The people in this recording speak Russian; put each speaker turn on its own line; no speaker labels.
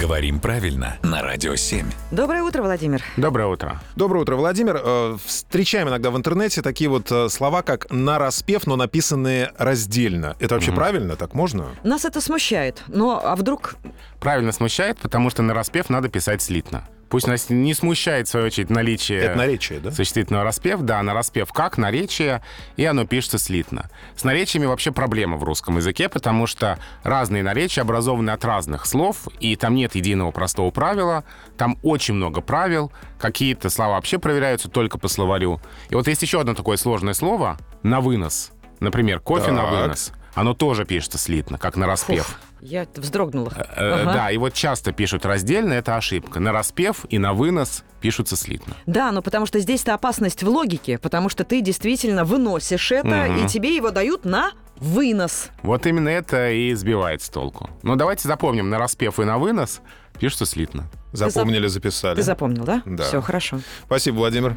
Говорим правильно на Радио 7.
Доброе утро, Владимир.
Доброе утро.
Доброе утро, Владимир. Э, Встречаем иногда в интернете такие вот э, слова, как «на распев», но написанные раздельно. Это вообще правильно? Так можно?
Нас это смущает, но а вдруг...
Правильно смущает, потому что на распев надо писать слитно. Пусть нас не смущает, в свою очередь, наличие...
Это наречие, да?
Существительного распев, да, на распев как, наречие, и оно пишется слитно. С наречиями вообще проблема в русском языке, потому что разные наречия образованы от разных слов, и там нет единого простого правила, там очень много правил, какие-то слова вообще проверяются только по словарю. И вот есть еще одно такое сложное слово — на вынос. Например, кофе на
Так.
вынос. Оно тоже пишется слитно, как на распев.
Фух, я вздрогнула.
Э,
Ага.
Да, и вот часто пишут раздельно, это ошибка. На распев и на вынос пишутся слитно.
Да, но потому что здесь-то опасность в логике, потому что ты действительно выносишь это, и тебе его дают на вынос.
Вот именно это и сбивает с толку. Но давайте запомним, на распев и на вынос пишутся слитно.
Запомнили, записали.
Ты запомнил, да?
Да.
Все, хорошо.
Спасибо, Владимир.